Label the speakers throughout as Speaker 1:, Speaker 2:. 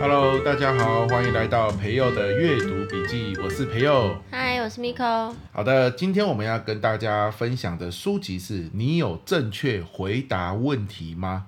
Speaker 1: Hello，大家好，欢迎来到培佑的阅读笔记，我是培佑。
Speaker 2: 嗨，我是 Miko。
Speaker 1: 好的，今天我们要跟大家分享的书籍是《你有正确回答问题吗》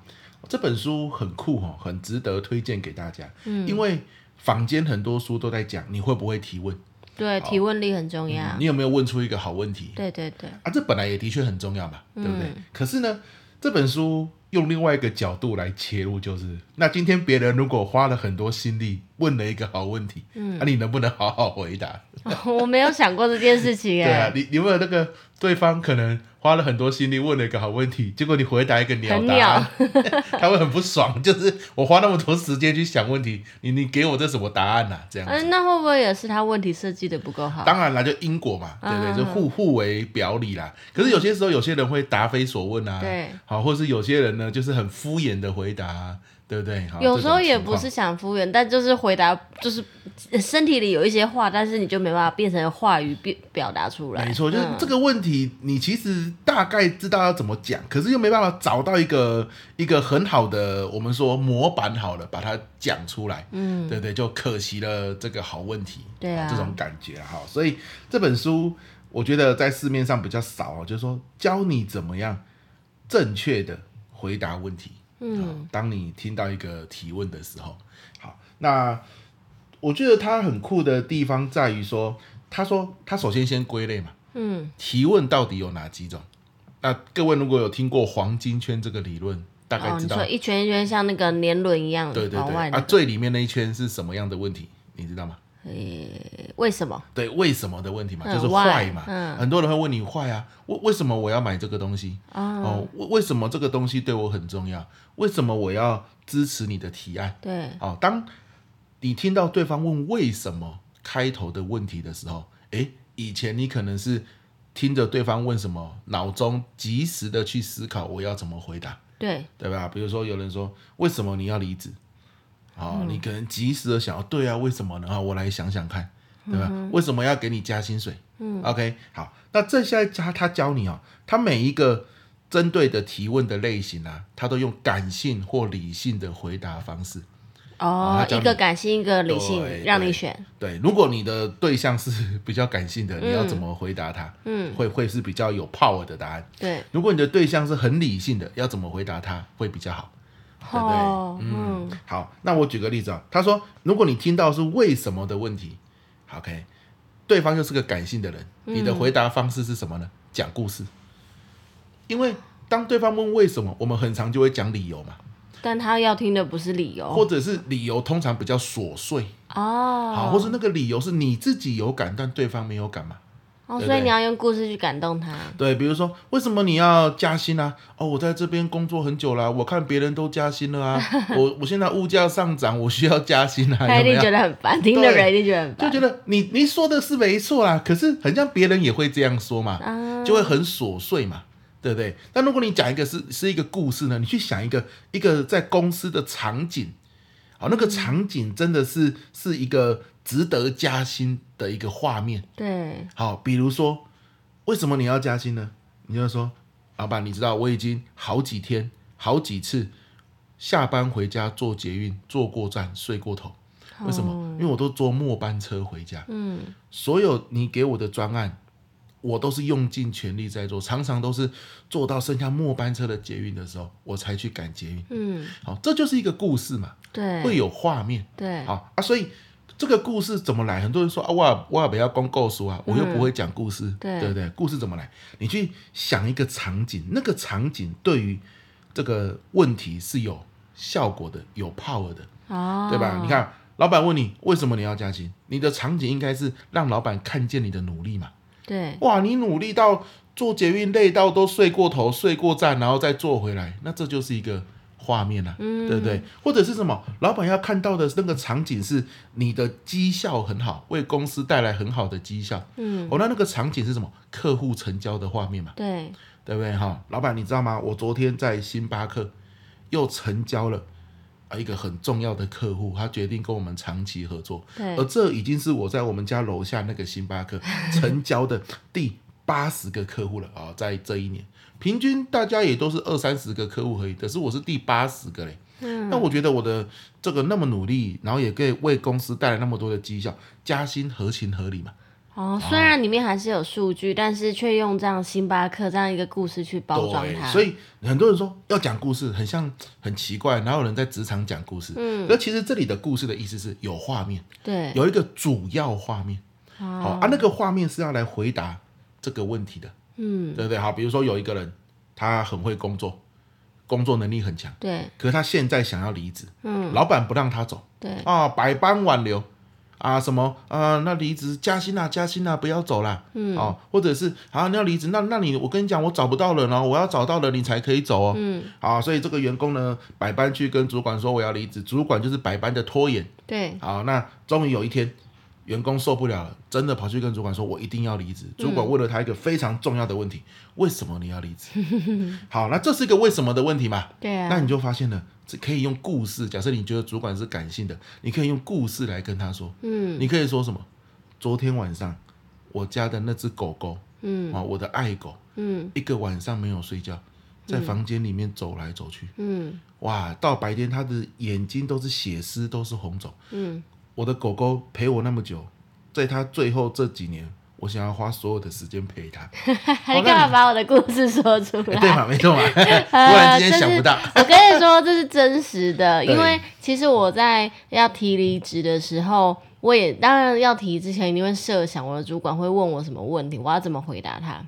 Speaker 1: 这本书很酷哦，很值得推荐给大家。嗯，因为坊间很多书都在讲你会不会提问，
Speaker 2: 对，提问力很重要。
Speaker 1: 嗯你有没有问出一个好问题
Speaker 2: 对对对，
Speaker 1: 啊？这本来也的确很重要嘛，对不对？可是呢，这本书用另外一个角度来切入，就是那今天别人如果花了很多心力问了一个好问题，嗯，啊，你能不能好好回答？
Speaker 2: 我没有想过这件事情
Speaker 1: 对啊
Speaker 2: 哎，，
Speaker 1: 你你有没有那个对方可能花了很多心力问了一个好问题，结果你回答一个鸟
Speaker 2: 很
Speaker 1: 答案， 他会很不爽。就是我花那么多时间去想问题，你你给我这什么答案呐、啊？这样
Speaker 2: 嗯，那会不会也是他问题设计的不够好？
Speaker 1: 当然啦，就因果嘛，对不对？
Speaker 2: 嗯
Speaker 1: 就互互为表里啦。可是有些时候，有些人会答非所问啊，
Speaker 2: 对，
Speaker 1: 好，或是有些人呢，就是很敷衍的回答、啊，对不对？好
Speaker 2: 有时
Speaker 1: 这
Speaker 2: 候
Speaker 1: 种
Speaker 2: 也
Speaker 1: 情
Speaker 2: 不
Speaker 1: 况
Speaker 2: 是想敷衍，但就是回答，就是身体里有一些话，但是你就没办法变成话语表表达出来。
Speaker 1: 没错，就是
Speaker 2: 嗯
Speaker 1: 这个问题，你其实大概知道要怎么讲，可是又没办法找到一个一个很好的，我们说模板好了，把它讲出来，
Speaker 2: 嗯，
Speaker 1: 对不对，就可惜了这个好问题，哦
Speaker 2: 对啊
Speaker 1: 这种感觉哈。所以这本书我觉得在市面上比较少哦，就是说教你怎么样正确的回答问题。嗯，当你听到一个提问的时候，好，那我觉得它很酷的地方在于说，他说他首先先归类嘛，
Speaker 2: 嗯，
Speaker 1: 提问到底有哪几种？那各位如果有听过黄金圈这个理论，大概
Speaker 2: 哦，
Speaker 1: 知
Speaker 2: 你
Speaker 1: 道，
Speaker 2: 说一圈一圈像那个年轮一样
Speaker 1: 对对
Speaker 2: 往
Speaker 1: 对
Speaker 2: 外的
Speaker 1: 啊，，最里面那一圈是什么样的问题？你知道吗？
Speaker 2: 为什么？
Speaker 1: 对，为什么的问题嘛，
Speaker 2: 嗯
Speaker 1: 就是坏
Speaker 2: why，
Speaker 1: 嘛。
Speaker 2: 嗯
Speaker 1: 很多人会问你坏啊，为为什么我要买这个东西？
Speaker 2: 啊，
Speaker 1: 哦，为为什么这个东西对我很重要？为什么我要支持你的提案？
Speaker 2: 对，
Speaker 1: 哦，当你听到对方问为什么开头的问题的时候，诶，以前你可能是听着对方问什么，脑中及时的去思考我要怎么回答，
Speaker 2: 对，
Speaker 1: 对吧？比如说有人说为什么你要离职？哦，你可能及时的想要，对啊，为什么呢？啊，我来想想看，对吧？为什么要给你加薪水？嗯，OK，好，那这现在他他教你哦，他每一个针对的提问的类型啊，他都用感性或理性的回答方式。啊他
Speaker 2: 哦，
Speaker 1: 教
Speaker 2: 一
Speaker 1: 你
Speaker 2: 个感性，一个理
Speaker 1: 对
Speaker 2: 性，让
Speaker 1: 对
Speaker 2: 你选。
Speaker 1: 对，如果你的对象是 比较感性的，你要怎么回答他？嗯，会会是比较有 power 的答案。
Speaker 2: 对，
Speaker 1: 如果你的对象是很理性的，要怎么回答他会比较好？对不对
Speaker 2: 哦，嗯，
Speaker 1: 好，那我举个例子啊、他说，如果你听到是为什么的问题好，OK，对方又是个感性的人，你的回答方式是什么呢？讲故事。因为当对方问为什么，我们很常就会讲理由嘛，
Speaker 2: 但他要听的不是理由。
Speaker 1: 或者是理由通常比较琐碎，
Speaker 2: 哦，
Speaker 1: 好，或是那个理由是你自己有感，但对方没有感嘛。
Speaker 2: 哦，
Speaker 1: 对
Speaker 2: 所以
Speaker 1: 对
Speaker 2: 你要用故事去感动他。
Speaker 1: 对，比如说为什么你要加薪啊？哦，我在这边工作很久了、啊我看别人都加薪了啊，我我现在物价上涨，我需要加薪啊，
Speaker 2: 他
Speaker 1: 有
Speaker 2: 一
Speaker 1: 没
Speaker 2: 定
Speaker 1: 有
Speaker 2: 觉？得很烦，听的人一定觉得很
Speaker 1: 就
Speaker 2: 烦。
Speaker 1: 觉得你你说的是没错啦，可是很像别人也会这样说嘛，
Speaker 2: 啊，
Speaker 1: 就会很琐碎嘛，对不对？但如果你讲一个是是一个故事呢，你去想一个一个在公司的场景，好，那个场景真的是是一个值得加薪的一个画面，
Speaker 2: 对，
Speaker 1: 好，比如说，为什么你要加薪呢？你就说，老板，你知道我已经好几天、好几次下班回家坐捷运，坐过站，睡过头。为什么？因为我都坐末班车回家。
Speaker 2: 嗯，
Speaker 1: 所有你给我的专案，我都是用尽全力在做，常常都是做到剩下末班车的捷运的时候，我才去赶捷运。
Speaker 2: 嗯，
Speaker 1: 好，这就是一个故事嘛，会
Speaker 2: 对，
Speaker 1: 有画面。
Speaker 2: 对，
Speaker 1: 好啊，所以这个故事怎么来？很多人说啊，我也我也不要讲故事啊，我又不会讲故事，
Speaker 2: 嗯对
Speaker 1: 对不对？故事怎么来？你去想一个场景，那个场景对于这个问题是有效果的，有 power 的，
Speaker 2: 哦，
Speaker 1: 对吧？你，看，老板问你为什么你要加薪，你的场景应该是让老板看见你的努力嘛。
Speaker 2: 对，
Speaker 1: 哇，你努力到做捷运累到都睡过头、睡过站，然后再坐回来，那这就是一个画面啊，对不对？或者是什么？老板要看到的那个场景是你的绩效很好，为公司带来很好的绩效。
Speaker 2: 嗯，
Speaker 1: 哦，那那个场景是什么？客户成交的画面嘛，
Speaker 2: 对，
Speaker 1: 对不对？哈、老板，你知道吗？我昨天在星巴克又成交了。啊，一个很重要的客户，他决定跟我们长期合作，
Speaker 2: 对
Speaker 1: 而，这已经是我在我们家楼下那个星巴克成交的第八十个客户了啊、哦在这一年，平均大家也都是二三十个客户而已，可是我是第八十个嘞。
Speaker 2: 嗯
Speaker 1: 那我觉得我的这个那么努力，然后也给为公司带来那么多的绩效，加薪合情合理嘛？
Speaker 2: 哦，虽然里面还是有数据，但是却用这样星巴克这样一个故事去包装
Speaker 1: 对，
Speaker 2: 它。
Speaker 1: 所以很多人说要讲故事，很像很奇怪，哪有人在职场讲故事？嗯，那其实这里的故事的意思是有画面，
Speaker 2: 对，哦
Speaker 1: 有一个主要画面，好
Speaker 2: 好，
Speaker 1: 啊，那个画面是要来回答这个问题的，
Speaker 2: 嗯，
Speaker 1: 对不对？好，比如说有一个人他很会工作，工作能力很强，
Speaker 2: 对
Speaker 1: 可是他现在想要离职，嗯，老板不让他走，
Speaker 2: 对，
Speaker 1: 啊，百般挽留啊，什么啊，那离职加薪啊，加薪啊，不要走啦，嗯，哦，或者是啊，你要离职，那那你我跟你讲，我找不到人哦，我要找到人你才可以走哦，嗯，啊，所以这个员工呢，百般去跟主管说我要离职，主管就是百般的拖延，
Speaker 2: 对，
Speaker 1: 好，那终于有一天，员工受不了了，真的跑去跟主管说：“我一定要离职。”主
Speaker 2: 嗯
Speaker 1: 管问了他一个非常重要的问题：“为什么你要离职？” 好，那这是一个为什么的问题嘛？
Speaker 2: 对
Speaker 1: 那
Speaker 2: 啊，
Speaker 1: 你就发现了，这可以用故事。假设你觉得主管是感性的，你可以用故事来跟他说。
Speaker 2: 嗯
Speaker 1: 你可以说什么？昨天晚上，我家的那只狗狗，
Speaker 2: 嗯
Speaker 1: 啊，我的爱狗，
Speaker 2: 嗯
Speaker 1: 一个晚上没有睡觉，在房间里面走来走去。
Speaker 2: 嗯
Speaker 1: 哇，到白天它的眼睛都是血丝，都是红肿。
Speaker 2: 嗯，
Speaker 1: 我的狗狗陪我那么久，在它最后这几年，我想要花所有的时间陪 它。
Speaker 2: 还干嘛把我的故事说出
Speaker 1: 诶
Speaker 2: 来？
Speaker 1: 对嘛？没 错嘛？突然之间想不到。
Speaker 2: 我跟你说，这是真实的，
Speaker 1: 对
Speaker 2: 因为其实我在要提离职的时候，我也当然要提之前，一定会设想我的主管会问我什么问题，我要怎么回答他。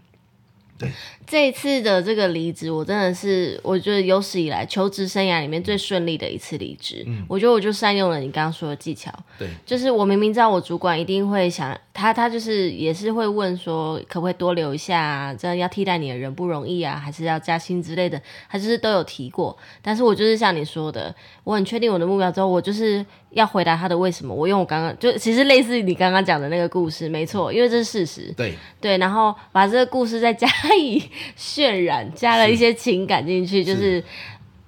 Speaker 1: 对，
Speaker 2: 这一次的这个离职，我真的是我觉得有史以来求职生涯里面最顺利的一次离职。
Speaker 1: 嗯
Speaker 2: 我觉得我就善用了你刚刚说的技巧，
Speaker 1: 对
Speaker 2: 就是我明明知道我主管一定会想他，他就是也是会问说可不可以多留一下啊，这样要替代你的人不容易啊，还是要加薪之类的，他就是都有提过。但是我就是像你说的，我很确定我的目标之后，我就是要回答他的为什么。我用我刚刚就其实类似你刚刚讲的那个故事，没错，因为这是事实。
Speaker 1: 对
Speaker 2: 对，然后把这个故事再加以渲染，加了一些情感进去，就是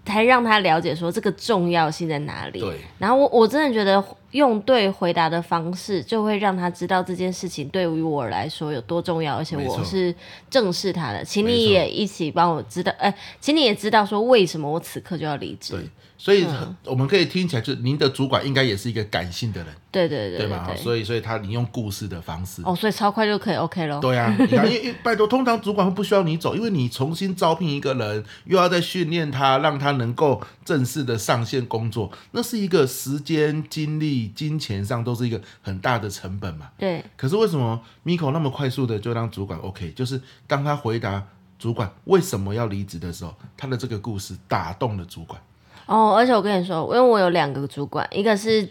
Speaker 2: 才让他了解说这个重要性在哪里。
Speaker 1: 对，
Speaker 2: 然后我我真的觉得用对回答的方式，就会让他知道这件事情对于我来说有多重要，而且
Speaker 1: 没错
Speaker 2: 我是正视他的。请
Speaker 1: 没
Speaker 2: 你
Speaker 1: 错
Speaker 2: 也一起帮我知道，哎、请你也知道说为什么我此刻就要离职。
Speaker 1: 对，所以
Speaker 2: 嗯
Speaker 1: 我们可以听起来，就是您的主管应该也是一个感性的人，
Speaker 2: 对对对
Speaker 1: 对吧？
Speaker 2: 对。
Speaker 1: 所以，所以他你用故事的方式。
Speaker 2: 哦，所以超快就可以 OK 咯。
Speaker 1: 对啊，你看，因为因为拜托，通常主管会不需要你走，因为你重新招聘一个人，又要再训练他，让他能够正式的上线工作，那是一个时间、精力、金钱上都是一个很大的成本嘛。
Speaker 2: 对
Speaker 1: 可是为什么 Miko 那么快速的就让主管 OK？就是当他回答主管为什么要离职的时候，他的这个故事打动了主管。
Speaker 2: 哦，而且我跟你说，因为我有两个主管，一个是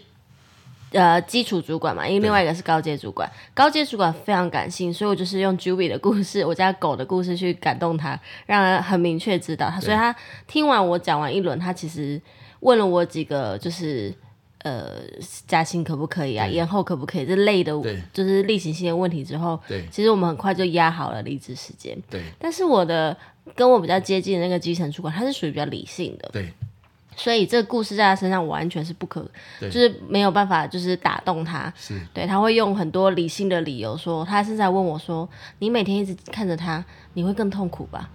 Speaker 2: 呃基础主管嘛，因为另外一个是高阶主管。高阶主管非常感性，所以我就是用 Juby 的故事，我 家狗的故事去感动他，让他很明确知道他。所以他听完我讲完一轮，他其实问了我几个就是。呃，加薪可不可以啊？
Speaker 1: 对
Speaker 2: 延后可不可以？这类的
Speaker 1: 对，
Speaker 2: 就是例行性的问题之后，
Speaker 1: 对
Speaker 2: 其实我们很快就压好了离职时间。
Speaker 1: 对
Speaker 2: 但是我的跟我比较接近的那个基层主管，他是属于比较理性的，
Speaker 1: 对
Speaker 2: 所以这个故事在他身上完全是不可，
Speaker 1: 对
Speaker 2: 就是没有办法，就是打动他。
Speaker 1: 是，
Speaker 2: 对，他会用很多理性的理由说，他甚至还问我说：“你每天一直看着他，你会更痛苦吧？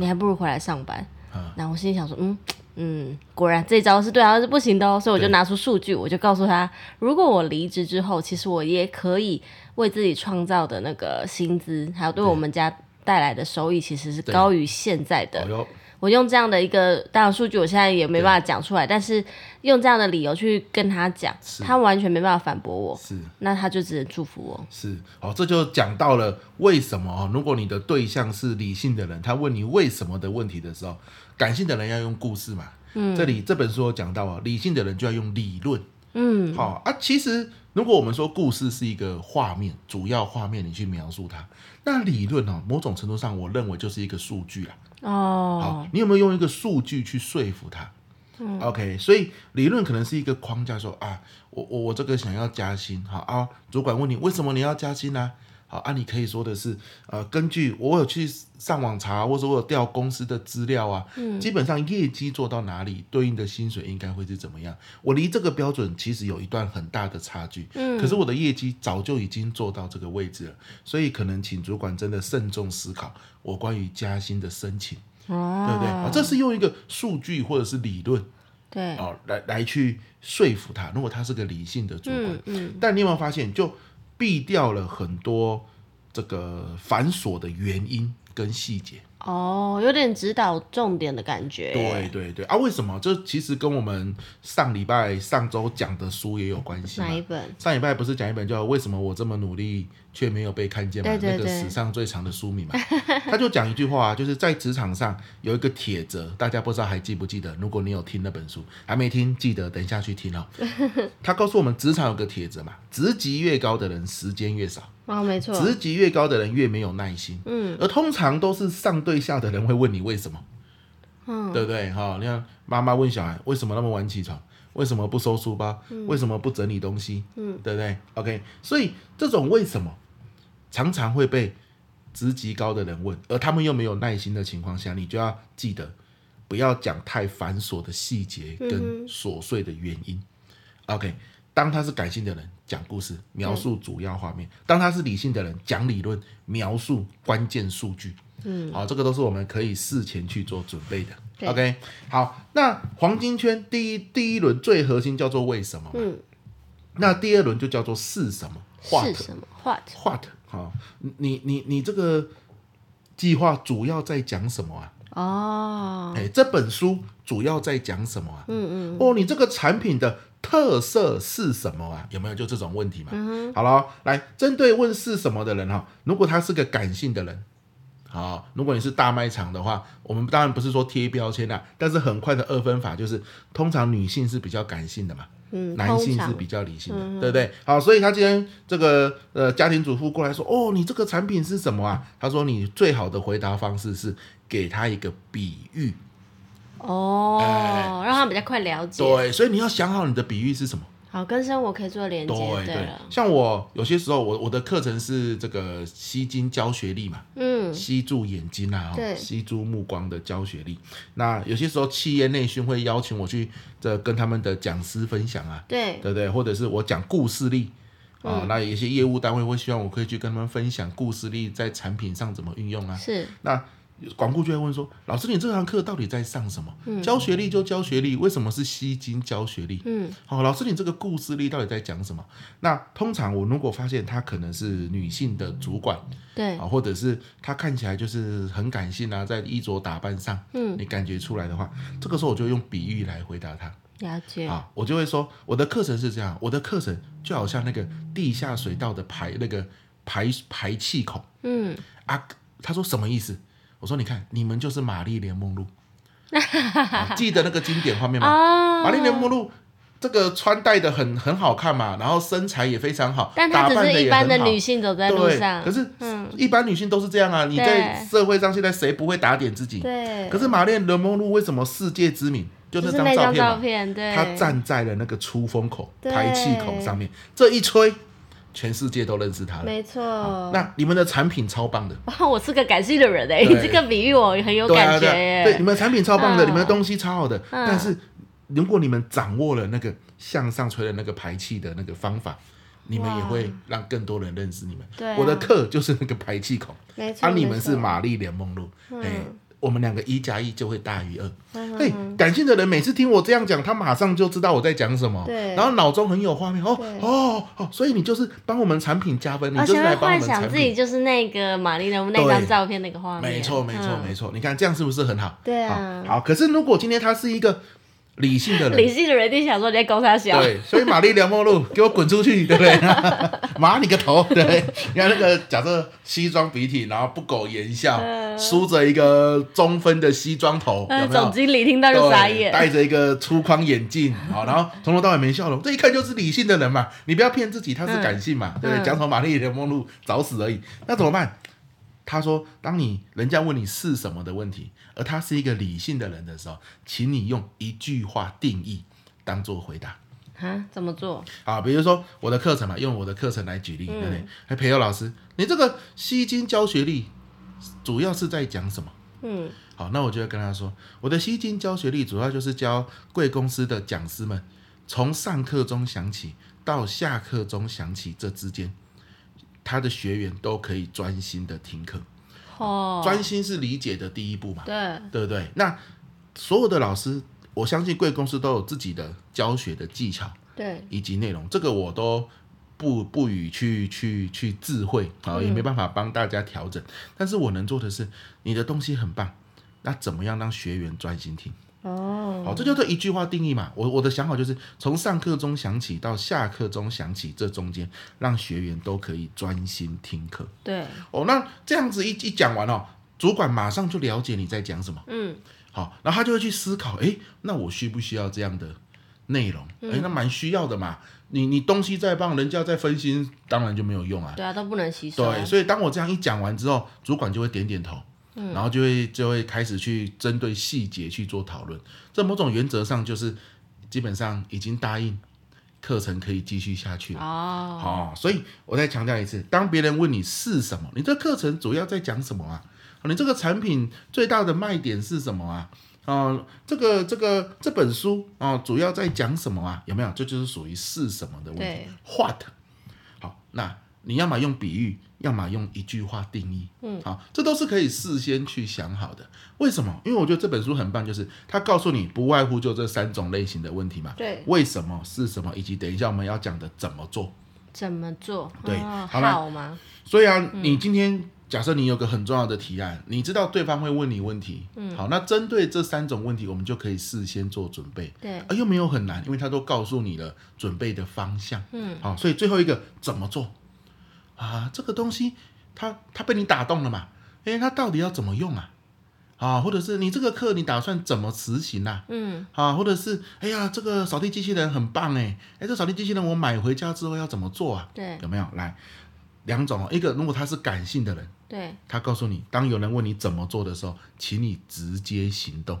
Speaker 2: 你还不如回来上班。
Speaker 1: 啊
Speaker 2: 然后我心里想说：“嗯嗯，果然这招是对他是不行的哦。”所以我就
Speaker 1: 对
Speaker 2: 拿出数据，我就告诉他，如果我离职之后，其实我也可以为自己创造的那个薪资，还有对我们家带来的收益，其实是
Speaker 1: 对
Speaker 2: 高于现在的
Speaker 1: 哦哟，
Speaker 2: 我用这样的一个当然数据，我现在也没
Speaker 1: 对
Speaker 2: 办法讲出来，但是用这样的理由去跟他讲，
Speaker 1: 是
Speaker 2: 他完全没办法反驳我，
Speaker 1: 是。
Speaker 2: 那他就只能祝福我。
Speaker 1: 是，好、这就讲到了为什么哦。如果你的对象是理性的人，他问你为什么的问题的时候，感性的人要用故事嘛。嗯，这里这本书有讲到啊，理性的人就要用理论。嗯，好、啊，其实如果我们说故事是一个画面，主要画面你去描述它，那理论哦，某种程度上我认为就是一个数据啊。
Speaker 2: 哦，
Speaker 1: 好，你有没有用一个数据去说服他？OK，所以理论可能是一个框架说啊，我我我这个想要加薪，好啊，主管问你为什么你要加薪呢、啊？好啊，你可以说的是，呃，根据我有去上网查，或者我有调公司的资料啊，基本上业绩做到哪里，对应的薪水应该会是怎么样。我离这个标准其实有一段很大的差距，嗯，可是我的业绩早就已经做到这个位置了，所以可能请主管真的慎重思考我关于加薪的申请，对不对？啊，
Speaker 2: 哦，
Speaker 1: 这是用一个数据或者是理论
Speaker 2: 对，
Speaker 1: 哦来来去说服他，如果他是个理性的主管。
Speaker 2: 嗯嗯，
Speaker 1: 但你有没有发现，就避掉了很多这个繁琐的原因跟细节？
Speaker 2: 哦，有点指导重点的感觉，
Speaker 1: 对，对对啊！为什么？这其实跟我们上礼拜、上周讲的书也有关系嘛
Speaker 2: 哪一本？
Speaker 1: 上礼拜不是讲一本叫《为什么我这么努力却没有被看见》嘛？
Speaker 2: 对对
Speaker 1: 那个
Speaker 2: 对
Speaker 1: 史上最长的书名嘛。 他就讲一句话、啊，就是在职场上有一个铁则，大家不知道还记不记得？如果你有听那本书，还没听，记得等一下去听 哦。他告诉我们，职场有个铁则嘛，职级越高的人时间越少，
Speaker 2: 哦，没错，
Speaker 1: 职级越高的人越没有耐心。嗯，而通常都是上对下的人会问你为什么，
Speaker 2: 嗯，
Speaker 1: 对不对？哈、你看妈妈问小孩为什么那么晚起床，为什么不收书包，
Speaker 2: 嗯
Speaker 1: 为什么不整理东西，嗯，对不对？OK，所以这种为什么常常会被职级高的人问，而他们又没有耐心的情况下，你就要记得不要讲太繁琐的细节
Speaker 2: 嗯
Speaker 1: 跟琐碎的原因。OK，当他是感性的人，讲故事，描述主要画
Speaker 2: 嗯
Speaker 1: 面；当他是理性的人，讲理论，描述关键数据。嗯，好，这个都是我们可以事前去做准备的。
Speaker 2: 对
Speaker 1: OK，好，那黄金圈第一第一轮最核心叫做为什么嘛？
Speaker 2: 嗯
Speaker 1: 那第二轮就叫做是什么
Speaker 2: 是
Speaker 1: what
Speaker 2: 什么？What？
Speaker 1: what 好、你你你这个计划主要在讲什么啊？
Speaker 2: 哦，
Speaker 1: 哎、这本书主要在讲什么啊？嗯嗯。哦，你这个产品的特色是什么啊？有没有就这种问题嘛？
Speaker 2: 嗯
Speaker 1: 好了哦，来针对问是什么的人哈、如果他是个感性的人。好，如果你是大卖场的话，我们当然不是说贴标签啦，但是很快的二分法就是，通常女性是比较感性的嘛，
Speaker 2: 嗯，
Speaker 1: 男
Speaker 2: 通
Speaker 1: 性是
Speaker 2: 常嗯
Speaker 1: 比较理性的，对不对？好，所以他今天这个呃家庭主妇过来说，哦，你这个产品是什么啊？他说你最好的回答方式是给他一个比喻，
Speaker 2: 哦，让他比较快了解，
Speaker 1: 对，所以你要想好你的比喻是什么。
Speaker 2: 好，跟生活可以做连接，
Speaker 1: 对对
Speaker 2: 了，，
Speaker 1: 像我有些时候，我我的课程是这个吸睛教学力嘛，
Speaker 2: 嗯，
Speaker 1: 吸住眼睛啊，哦
Speaker 2: 对
Speaker 1: 吸住目光的教学力。那有些时候企业内训会邀请我去这跟他们的讲师分享啊，
Speaker 2: 对，嗯
Speaker 1: 对不对？或者是我讲故事力啊、那有些业务单位会希望我可以去跟他们分享故事力在产品上怎么运用啊。
Speaker 2: 是，
Speaker 1: 那广顾就会问说：“老师，你这堂课到底在上什么？教学力就教学力，为什么是吸睛教学力？
Speaker 2: 嗯，
Speaker 1: 好、老师，你这个故事力到底在讲什么？那通常我如果发现她可能是女性的主管
Speaker 2: 对
Speaker 1: 啊，，或者是她看起来就是很感性啊，在衣着打扮上，嗯，你感觉出来的话，这个时候我就用比喻来回答她。
Speaker 2: 了解，
Speaker 1: 啊，我就会说我的课程是这样，我的课程就好像那个地下水道的排那个排排气孔
Speaker 2: 嗯，
Speaker 1: 啊。他说什么意思？我说你看，你们就是玛丽莲梦露、啊记得那个经典画面吗？
Speaker 2: 啊，
Speaker 1: 玛丽莲梦露这个穿戴的很很好看嘛，然后身材也非常好，
Speaker 2: 但
Speaker 1: 打
Speaker 2: 她只
Speaker 1: 扮
Speaker 2: 是
Speaker 1: 得
Speaker 2: 一
Speaker 1: 也
Speaker 2: 般的
Speaker 1: 很好
Speaker 2: 女性走在路
Speaker 1: 对
Speaker 2: 上嗯
Speaker 1: 可，是一般女性都是这样啊。你在
Speaker 2: 对
Speaker 1: 社会上现在谁不会打点自己？
Speaker 2: 对，
Speaker 1: 可是玛丽莲梦露为什么世界知名？就
Speaker 2: 就
Speaker 1: 那
Speaker 2: 是
Speaker 1: 张
Speaker 2: 那
Speaker 1: 照
Speaker 2: 张
Speaker 1: 片嘛
Speaker 2: 照。片，对，
Speaker 1: 他站在了那个出风口、
Speaker 2: 对
Speaker 1: 排气孔上面，这一吹，全世界都认识他了。
Speaker 2: 没错。
Speaker 1: 那你们的产品超棒的，
Speaker 2: 哇，我是个感性的人哎，
Speaker 1: 对
Speaker 2: 这个比喻我很有
Speaker 1: 对啊，
Speaker 2: 感觉
Speaker 1: 对啊，对，
Speaker 2: 耶
Speaker 1: 你。们的产品超棒的，
Speaker 2: 嗯
Speaker 1: 你们的东西超好的。
Speaker 2: 嗯
Speaker 1: 但是如果你们掌握了那个向上吹的那个排气的那个方法，你们也会让更多人认识你们。
Speaker 2: 对啊
Speaker 1: 我的课就是那个排气孔，
Speaker 2: 没错，
Speaker 1: 而、啊你们
Speaker 2: 没错
Speaker 1: 是玛丽莲梦露，哎、我们两个一加一就会大于二。
Speaker 2: 嗯
Speaker 1: 嘿，感性的人每次听我这样讲，他马上就知道我在讲什么，
Speaker 2: 对
Speaker 1: 然后脑中很有画面，哦
Speaker 2: 对
Speaker 1: 哦哦，所以你就是帮我们产品加分，你
Speaker 2: 而
Speaker 1: 就是
Speaker 2: 且
Speaker 1: 来
Speaker 2: 会
Speaker 1: 帮我
Speaker 2: 幻
Speaker 1: 们
Speaker 2: 哦想
Speaker 1: 产
Speaker 2: 自己
Speaker 1: 品。
Speaker 2: 就是那个玛丽莲梦露那张
Speaker 1: 对
Speaker 2: 照片那个画面，
Speaker 1: 没错，没错，
Speaker 2: 嗯
Speaker 1: 没错。你看这样是不是很好？
Speaker 2: 对啊
Speaker 1: 好，好可是如果今天他是一个理性的
Speaker 2: 理
Speaker 1: 人，
Speaker 2: 性的人一定想说你在勾他小，
Speaker 1: 对，所以玛丽莲梦露给我滚出去，对不对？ 麻你个头，对不对。你看那个假设西装笔挺，然后不苟言笑，梳着一个中分的西装头，有
Speaker 2: 嗯，
Speaker 1: 没有
Speaker 2: 总？经理听到就
Speaker 1: 对，
Speaker 2: 傻眼，
Speaker 1: 戴着一个粗框眼 镜，好，然后从头到尾没笑容，这一看就是理性的人嘛，你不要骗自己，他是感性嘛，对不
Speaker 2: 嗯
Speaker 1: 对？讲什么玛丽莲梦露找死而已，那怎么办？他说，当你人家问你是什么的问题，而他是一个理性的人的时候，请你用一句话定义当做回答。
Speaker 2: 啊，怎么做？嗯
Speaker 1: 啊，比如说我的课程嘛，用我的课程来举例，对不对？哎，培佑老师，你这个吸金教学历主要是在讲什么？
Speaker 2: 嗯，
Speaker 1: 好，那我就会跟他说，我的吸金教学历主要就是教贵公司的讲师们，从上课钟响起到下课钟响起这之间，他的学员都可以专心的听课。
Speaker 2: 哦，
Speaker 1: 专心是理解的第一步嘛，
Speaker 2: 对，
Speaker 1: 对不对？那所有的老师，我相信贵公司都有自己的教学的技巧
Speaker 2: 对，
Speaker 1: 以及内容，这个我都不不予去去去智慧啊，也没办法帮大家调整。但是我能做的是，你的东西很棒，那怎么样让学员专心听？
Speaker 2: 哦，
Speaker 1: 好，这就是一句话定义嘛。我我的想法就是，从上课钟响起到下课钟响起，这中间让学员都可以专心听课。
Speaker 2: 对，
Speaker 1: 哦，那这样子一一讲完哦，主管马上就了解你在讲什么。
Speaker 2: 嗯，
Speaker 1: 好，然后他就会去思考，诶，那我需不需要这样的内容？
Speaker 2: 嗯
Speaker 1: 诶，那蛮需要的嘛。你你东西再棒，人家再分心，当然就没有用啊。
Speaker 2: 对啊，都不能吸收，
Speaker 1: 对，所以当我这样一讲完之后，主管就会点点头，
Speaker 2: 嗯
Speaker 1: 然后就会就会开始去针对细节去做讨论。这某种原则上就是基本上已经答应课程可以继续下去了。
Speaker 2: 哦，
Speaker 1: 好、所以我再强调一次，当别人问你是什么，你这课程主要在讲什么啊？哦你这个产品最大的卖点是什么啊？哦，这个这个这本书哦，主要在讲什么啊？有没有？这就是属于是什么的问题
Speaker 2: 对
Speaker 1: ？What？好，那你要么用比喻，要么用一句话定义。嗯，好，这都是可以事先去想好的。为什么？因为我觉得这本书很棒，就是它告诉你不外乎就这三种类型的问题嘛。
Speaker 2: 对
Speaker 1: 为什么是什么，以及等一下我们要讲的怎么做。
Speaker 2: 怎么做？
Speaker 1: 对
Speaker 2: 哦
Speaker 1: 好啦
Speaker 2: 好吗？
Speaker 1: 所以啊，你今天假设你有个很重要的提案，你知道对方会问你问题，嗯，好，那针对这三种问题，我们就可以事先做准备，
Speaker 2: 对，
Speaker 1: 啊，又没有很难，因为他都告诉你了准备的方向，
Speaker 2: 嗯，
Speaker 1: 好，所以最后一个怎么做啊？这个东西它它被你打动了嘛？诶，它到底要怎么用啊？啊，或者是你这个课你打算怎么执行啊？
Speaker 2: 嗯，
Speaker 1: 啊，或者是哎呀，这个扫地机器人很棒哎，哎，这扫地机器人我买回家之后要怎么做啊？
Speaker 2: 对
Speaker 1: 有没有？来，两种哦，一个如果他是感性的人，
Speaker 2: 对，
Speaker 1: 他告诉你，当有人问你怎么做的时候，请你直接行动，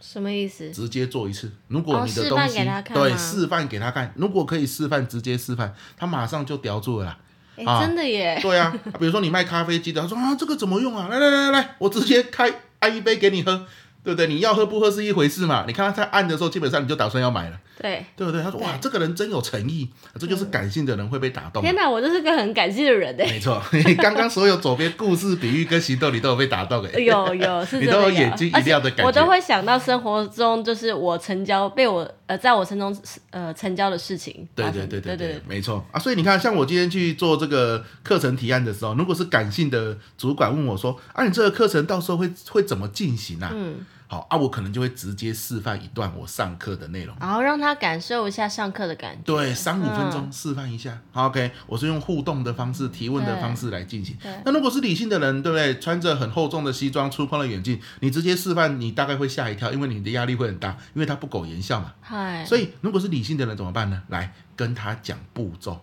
Speaker 2: 什么意思？
Speaker 1: 直接做一次。如果
Speaker 2: 哦
Speaker 1: 你的
Speaker 2: 示
Speaker 1: 东
Speaker 2: 范
Speaker 1: 西、
Speaker 2: 给他看
Speaker 1: 对
Speaker 2: 吗
Speaker 1: 示范给他看，如果可以示范，直接示范，他马上就叼住了啦。
Speaker 2: 哎
Speaker 1: 啊，
Speaker 2: 真的耶，
Speaker 1: 对啊， 比如说你卖咖啡机的，他说啊这个怎么用啊？来来来来来，我直接开按一杯给你喝，对不对？你要喝不喝是一回事嘛。你看他在按的时候，基本上你就打算要买了，
Speaker 2: 对，嗯
Speaker 1: 对不对？他说哇，这个人真有诚意，啊这就是感性的人会被打动。
Speaker 2: 天哪，我就是个很感性的人 哎，
Speaker 1: 没错，刚刚所有左边故事、比喻跟行动，你都有被打到诶。
Speaker 2: 有有是
Speaker 1: 你
Speaker 2: 真
Speaker 1: 都
Speaker 2: 的
Speaker 1: 有眼睛一
Speaker 2: 而且
Speaker 1: 亮的感觉
Speaker 2: 我都会想到生活中就是我成交被我呃在我成中呃成交的事情发
Speaker 1: 对
Speaker 2: 生。
Speaker 1: 对对
Speaker 2: 对
Speaker 1: 对对，没错啊！所以你看，像我今天去做这个课程提案的时候，如果是感性的主管问我说：“啊，你这个课程到时候会会怎么进行啊？”嗯，好啊，我可能就会直接示范一段我上课的内容。
Speaker 2: 然后让他感受一下上课的感觉。
Speaker 1: 对，三五分钟示范一下。好 OK，我是用互动的方式、提问的方式来进行
Speaker 2: 对对。
Speaker 1: 那如果是理性的人，对不对？穿着很厚重的西装、粗框的眼镜，你直接示范，你大概会吓一跳，因为你的压力会很大，因为他不苟言笑嘛。
Speaker 2: 嗨，
Speaker 1: 所以，如果是理性的人怎么办呢？来跟他讲步骤，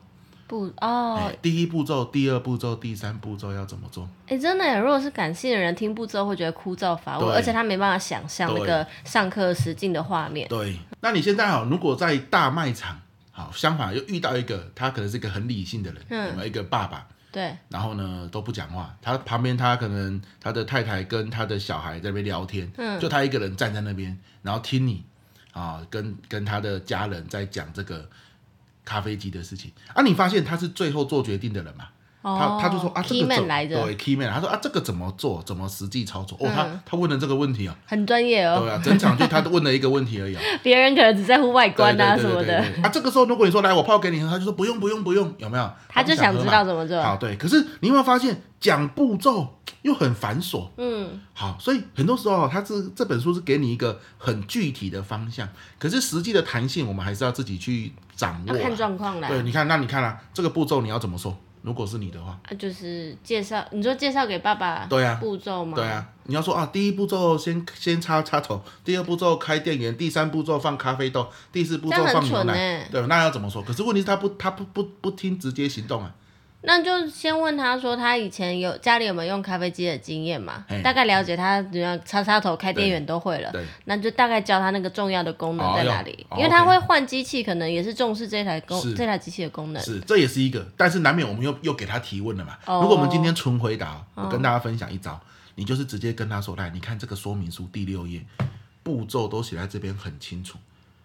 Speaker 2: 不
Speaker 1: 哎、
Speaker 2: 哦，
Speaker 1: 第一步骤、第二步骤、第三步骤要怎么做？
Speaker 2: 哎，真的耶，如果是感性的人听不之后会觉得枯燥乏味，
Speaker 1: 对
Speaker 2: 而且他没办法想象那
Speaker 1: 对
Speaker 2: 个上课实境的画面。
Speaker 1: 对，那你现在好，如果在大卖场，好，相反又遇到一个他可能是一个很理性的人，
Speaker 2: 嗯
Speaker 1: 有没有一个爸爸？
Speaker 2: 对
Speaker 1: 然后呢都不讲话，他旁边他可能他的太太跟他的小孩在那边聊天，
Speaker 2: 嗯
Speaker 1: 就他一个人站在那边，然后听你啊跟跟他的家人在讲这个咖啡机的事情啊，你发现他是最后做决定的人嘛？
Speaker 2: 哦
Speaker 1: 他，他就说啊这
Speaker 2: key
Speaker 1: 个
Speaker 2: man
Speaker 1: 怎么
Speaker 2: 来着，
Speaker 1: 对 key man，他说啊这个怎么做，怎么实际操作？哦，
Speaker 2: 嗯
Speaker 1: 他他问了这个问题啊，
Speaker 2: 很专业哦，
Speaker 1: 对啊，整场就他问了一个问题而 已啊。
Speaker 2: 别人可能只在乎外观啊
Speaker 1: 对
Speaker 2: 什
Speaker 1: 对
Speaker 2: 么
Speaker 1: 对对
Speaker 2: 的，
Speaker 1: 对啊，这个时候如果你说来我泡给你喝，他就说不用不用不用，有没有？
Speaker 2: 他就
Speaker 1: 不
Speaker 2: 想
Speaker 1: 喝
Speaker 2: 知
Speaker 1: 嘛
Speaker 2: 道怎么做。
Speaker 1: 好，对。可是你有没有发现讲步骤又很繁琐？
Speaker 2: 嗯，
Speaker 1: 好，所以很多时候它这这本书是给你一个很具体的方向，可是实际的弹性我们还是要自己去掌握
Speaker 2: 要看
Speaker 1: 啦。
Speaker 2: 状况啦。
Speaker 1: 啊对，你看，那你看啦、这个步骤你要怎么说？如果是你的话，
Speaker 2: 啊，就是介绍，你说介绍给爸爸
Speaker 1: 对啊
Speaker 2: 步骤吗？
Speaker 1: 对，啊，你要说啊，第一步骤先先插插头，第二步骤开电源，第三步骤放咖啡豆，第四步
Speaker 2: 这
Speaker 1: 骤
Speaker 2: 样
Speaker 1: 放
Speaker 2: 很
Speaker 1: 牛
Speaker 2: 蠢
Speaker 1: 奶，
Speaker 2: 哎、
Speaker 1: 对，那要怎么说？可是问题是他不他不不不听，直接行动啊。
Speaker 2: 那就先问他说，他以前有家里有没有用咖啡机的经验嘛
Speaker 1: 嘿？
Speaker 2: 大概了解他，怎样插插头、开电源都会了
Speaker 1: 哎对，
Speaker 2: 那就大概教他那个重要的功能在哪里，
Speaker 1: 哦要
Speaker 2: 因为他
Speaker 1: 哦
Speaker 2: 会换机器，可能也是重视这台功
Speaker 1: 是
Speaker 2: 这台机器的功能。
Speaker 1: 是，这也是一个，但是难免我们又又给他提问了嘛。
Speaker 2: 哦
Speaker 1: 如果我们今天纯回答，啊我跟大家分享一招，你就是直接跟他说，来，你看这个说明书第六页，步骤都写在这边很清楚。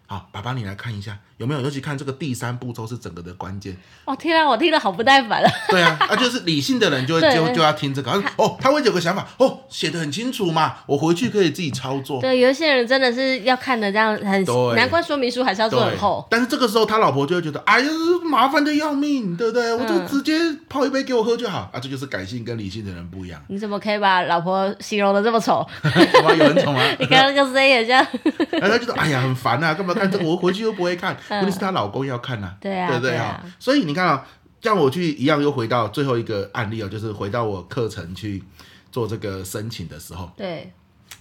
Speaker 1: 好，爸爸你来看一下有没有，尤其看这个第三步骤是整个的关键。
Speaker 2: 哦天啊，我听了好不耐烦了。
Speaker 1: 对啊，啊就是理性的人就会
Speaker 2: 对
Speaker 1: 就就要听这个，他说哦，他会有个想法，哦，写的很清楚嘛，我回去可以自己操作。
Speaker 2: 对，有一些人真的是要看的这样很
Speaker 1: 哦对，
Speaker 2: 难怪说明书还是要做很厚。。
Speaker 1: 但是这个时候他老婆就会觉得，哎呀，麻烦的要命，对不对？我就直接泡一杯给我喝就好啊，这就是感性跟理性的人不一样
Speaker 2: 你怎么可以把老婆形容的这么丑？
Speaker 1: 有吗？有人 懂吗？
Speaker 2: 你看那个 Z 也像，
Speaker 1: 然后他就说：“哎呀，很烦啊，干嘛看这个？我回去又不会看，问题是她老公要看呐、
Speaker 2: 嗯对啊
Speaker 1: 对不对
Speaker 2: 对啊
Speaker 1: 所以你看啊，让我去一样又回到最后一个案例哦，就是回到我课程去做这个申请的时候，
Speaker 2: 对，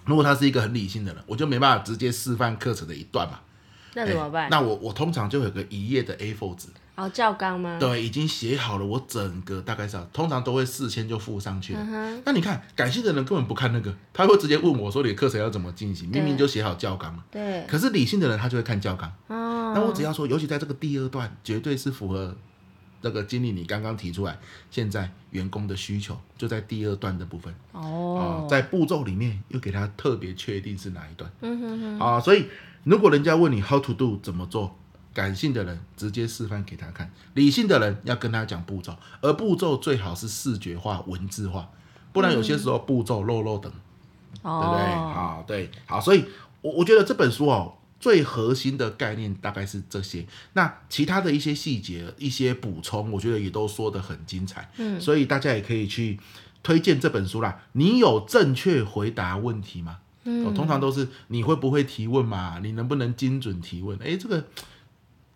Speaker 1: 如果他是一个很理性的人，我就没办法直接示范课程的一段嘛。
Speaker 2: 那怎么
Speaker 1: 哎
Speaker 2: 办？
Speaker 1: 那我我通常就有个一页的 A4 纸，
Speaker 2: 哦，教纲吗？
Speaker 1: 对，已经写好了，我整个大概是要通常都会事先就附上去了。
Speaker 2: 嗯哼，
Speaker 1: 那你看，感性的人根本不看那个，他会直接问我说：“你的课程要怎么进行？”
Speaker 2: 对
Speaker 1: 明明就写好教纲了。
Speaker 2: 对，
Speaker 1: 可是理性的人他就会看教纲。
Speaker 2: 哦，
Speaker 1: 那我只要说，尤其在这个第二段，绝对是符合那个经理你刚刚提出来，现在员工的需求就在第二段的部分啊、
Speaker 2: 哦，
Speaker 1: 在步骤里面又给他特别确定是哪一段
Speaker 2: 嗯哼哼，
Speaker 1: 啊、所以如果人家问你 how to do 怎么做，感性的人直接示范给他看，理性的人要跟他讲步骤，而步骤最好是视觉化、文字化，不然有些时候步骤漏漏等。对不对？
Speaker 2: 哦，
Speaker 1: 好，对，好，所以我我觉得这本书哦，最核心的概念大概是这些。那其他的一些细节、一些补充，我觉得也都说得很精彩。嗯，所以大家也可以去推荐这本书啦。你有正确回答问题吗？嗯、通常都是你会不会提问嘛？你能不能精准提问？诶，这个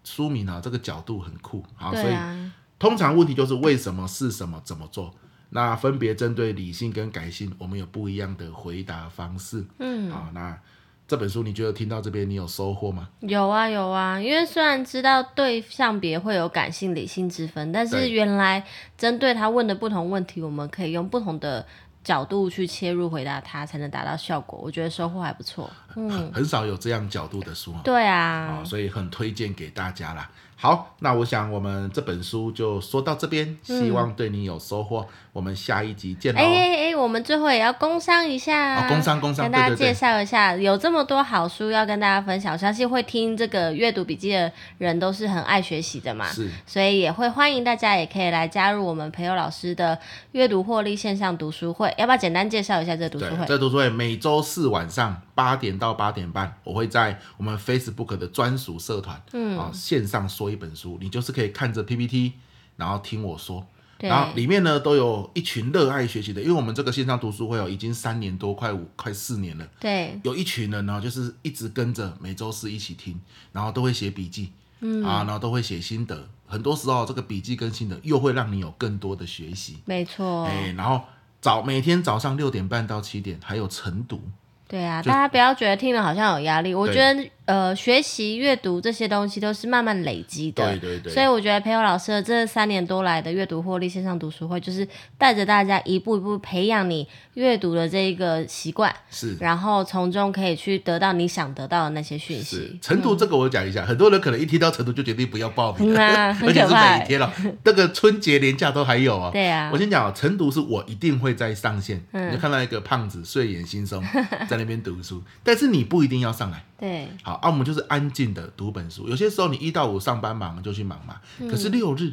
Speaker 1: 书名啊，这个角度很酷。好，所
Speaker 2: 对
Speaker 1: 以
Speaker 2: 啊，
Speaker 1: 通常问题就是为什么是什么怎么做。那分别针对理性跟感性，我们有不一样的回答方式。嗯，好，那这本书你觉得听到这边你有收获吗？
Speaker 2: 有啊有啊，因为虽然知道对象别会有感性、理性之分，但是
Speaker 1: 对
Speaker 2: 原来针对他问的不同问题，我们可以用不同的角度去切入回答他，才能达到效果。我觉得收获还不错。嗯，
Speaker 1: 很少有这样角度的书啊，
Speaker 2: 对
Speaker 1: 啊、
Speaker 2: 啊，
Speaker 1: 所以很推荐给大家啦。好，那我想我们这本书就说到这边，希望对你有收获。我们下一集见喽。
Speaker 2: 哎嗯哎哎，我们最后也要工商一下，
Speaker 1: 哦哦工商工商
Speaker 2: 跟大家
Speaker 1: 对对对
Speaker 2: 介绍一下，有这么多好书要跟大家分享，我相信会听这个阅读笔记的人都是很爱学习的嘛，
Speaker 1: 是，
Speaker 2: 所以也会欢迎大家也可以来加入我们培友老师的阅读获利线上读书会。要不要简单介绍一下这个读
Speaker 1: 对
Speaker 2: 书，会？
Speaker 1: 这读书会每周四晚上八点到八点半，我会在我们 Facebook 的专属社团，嗯，啊、线上说一本书，你就是可以看着 PPT，然后听我说。
Speaker 2: 对
Speaker 1: 然后里面呢都有一群热爱学习的，因为我们这个线上读书会哦，已经三年多，快五快四年了，
Speaker 2: 对，
Speaker 1: 有一群人呢，就是一直跟着每周四一起听，然后都会写笔记，嗯啊，然后都会写心得，很多时候这个笔记跟心得又会让你有更多的学习，
Speaker 2: 没错，
Speaker 1: 哎、然后早每天早上六点半到七点还有晨读，
Speaker 2: 对啊，
Speaker 1: 就
Speaker 2: 大家不要觉得听了好像有压力，我
Speaker 1: 对
Speaker 2: 觉得呃，学习阅读这些东西都是慢慢累积的，
Speaker 1: 对对对
Speaker 2: 所以我觉得培友老师的这三年多来的阅读获利线上读书会，就是带着大家一步一步培养你阅读的这一个习惯，
Speaker 1: 是
Speaker 2: 然后从中可以去得到你想得到的那些讯
Speaker 1: 是
Speaker 2: 息。
Speaker 1: 晨读这个我讲一下，很多人可能一听到晨读就决定不要报名
Speaker 2: 嗯
Speaker 1: 了，
Speaker 2: 啊，很
Speaker 1: 而且
Speaker 2: 可
Speaker 1: 是
Speaker 2: 怕
Speaker 1: 每
Speaker 2: 欸。
Speaker 1: 天了，那个春节连假都还有啊。
Speaker 2: 对啊嗯
Speaker 1: 我，先讲哦，晨读是我一定会在上线，你就看到一个胖子睡眼惺忪在那边读书，但是你不一定要上来。
Speaker 2: 对
Speaker 1: 好，啊，我们就是安静的读本书。有些时候你一到五上班忙就去忙嘛，
Speaker 2: 嗯
Speaker 1: 可是六日，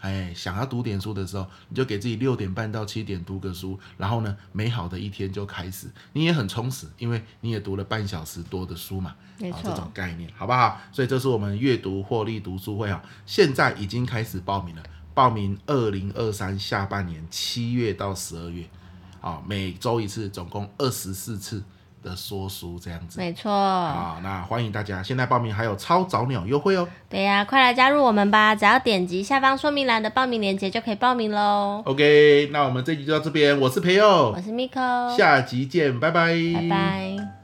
Speaker 1: 哎，想要读点书的时候，你就给自己六点半到七点读个书，然后呢，美好的一天就开始，你也很充实，因为你也读了半小时多的书嘛，
Speaker 2: 没
Speaker 1: 啊，
Speaker 2: 错
Speaker 1: 这种概念，好不好？所以这是我们阅读获利读书会啊，现在已经开始报名了，报名二零二三下半年七月到十二月，啊，每周一次，总共二十四次的说书这样子。
Speaker 2: 没错。
Speaker 1: 啊，那欢迎大家现在报名，还有超早鸟优惠哦。
Speaker 2: 对呀、快来加入我们吧！只要点击下方说明栏的报名链接就可以报名喽。
Speaker 1: 哦 OK，那我们这集就到这边，我是培佑
Speaker 2: 我，是 Miko，
Speaker 1: 下集见，拜拜，
Speaker 2: 拜拜。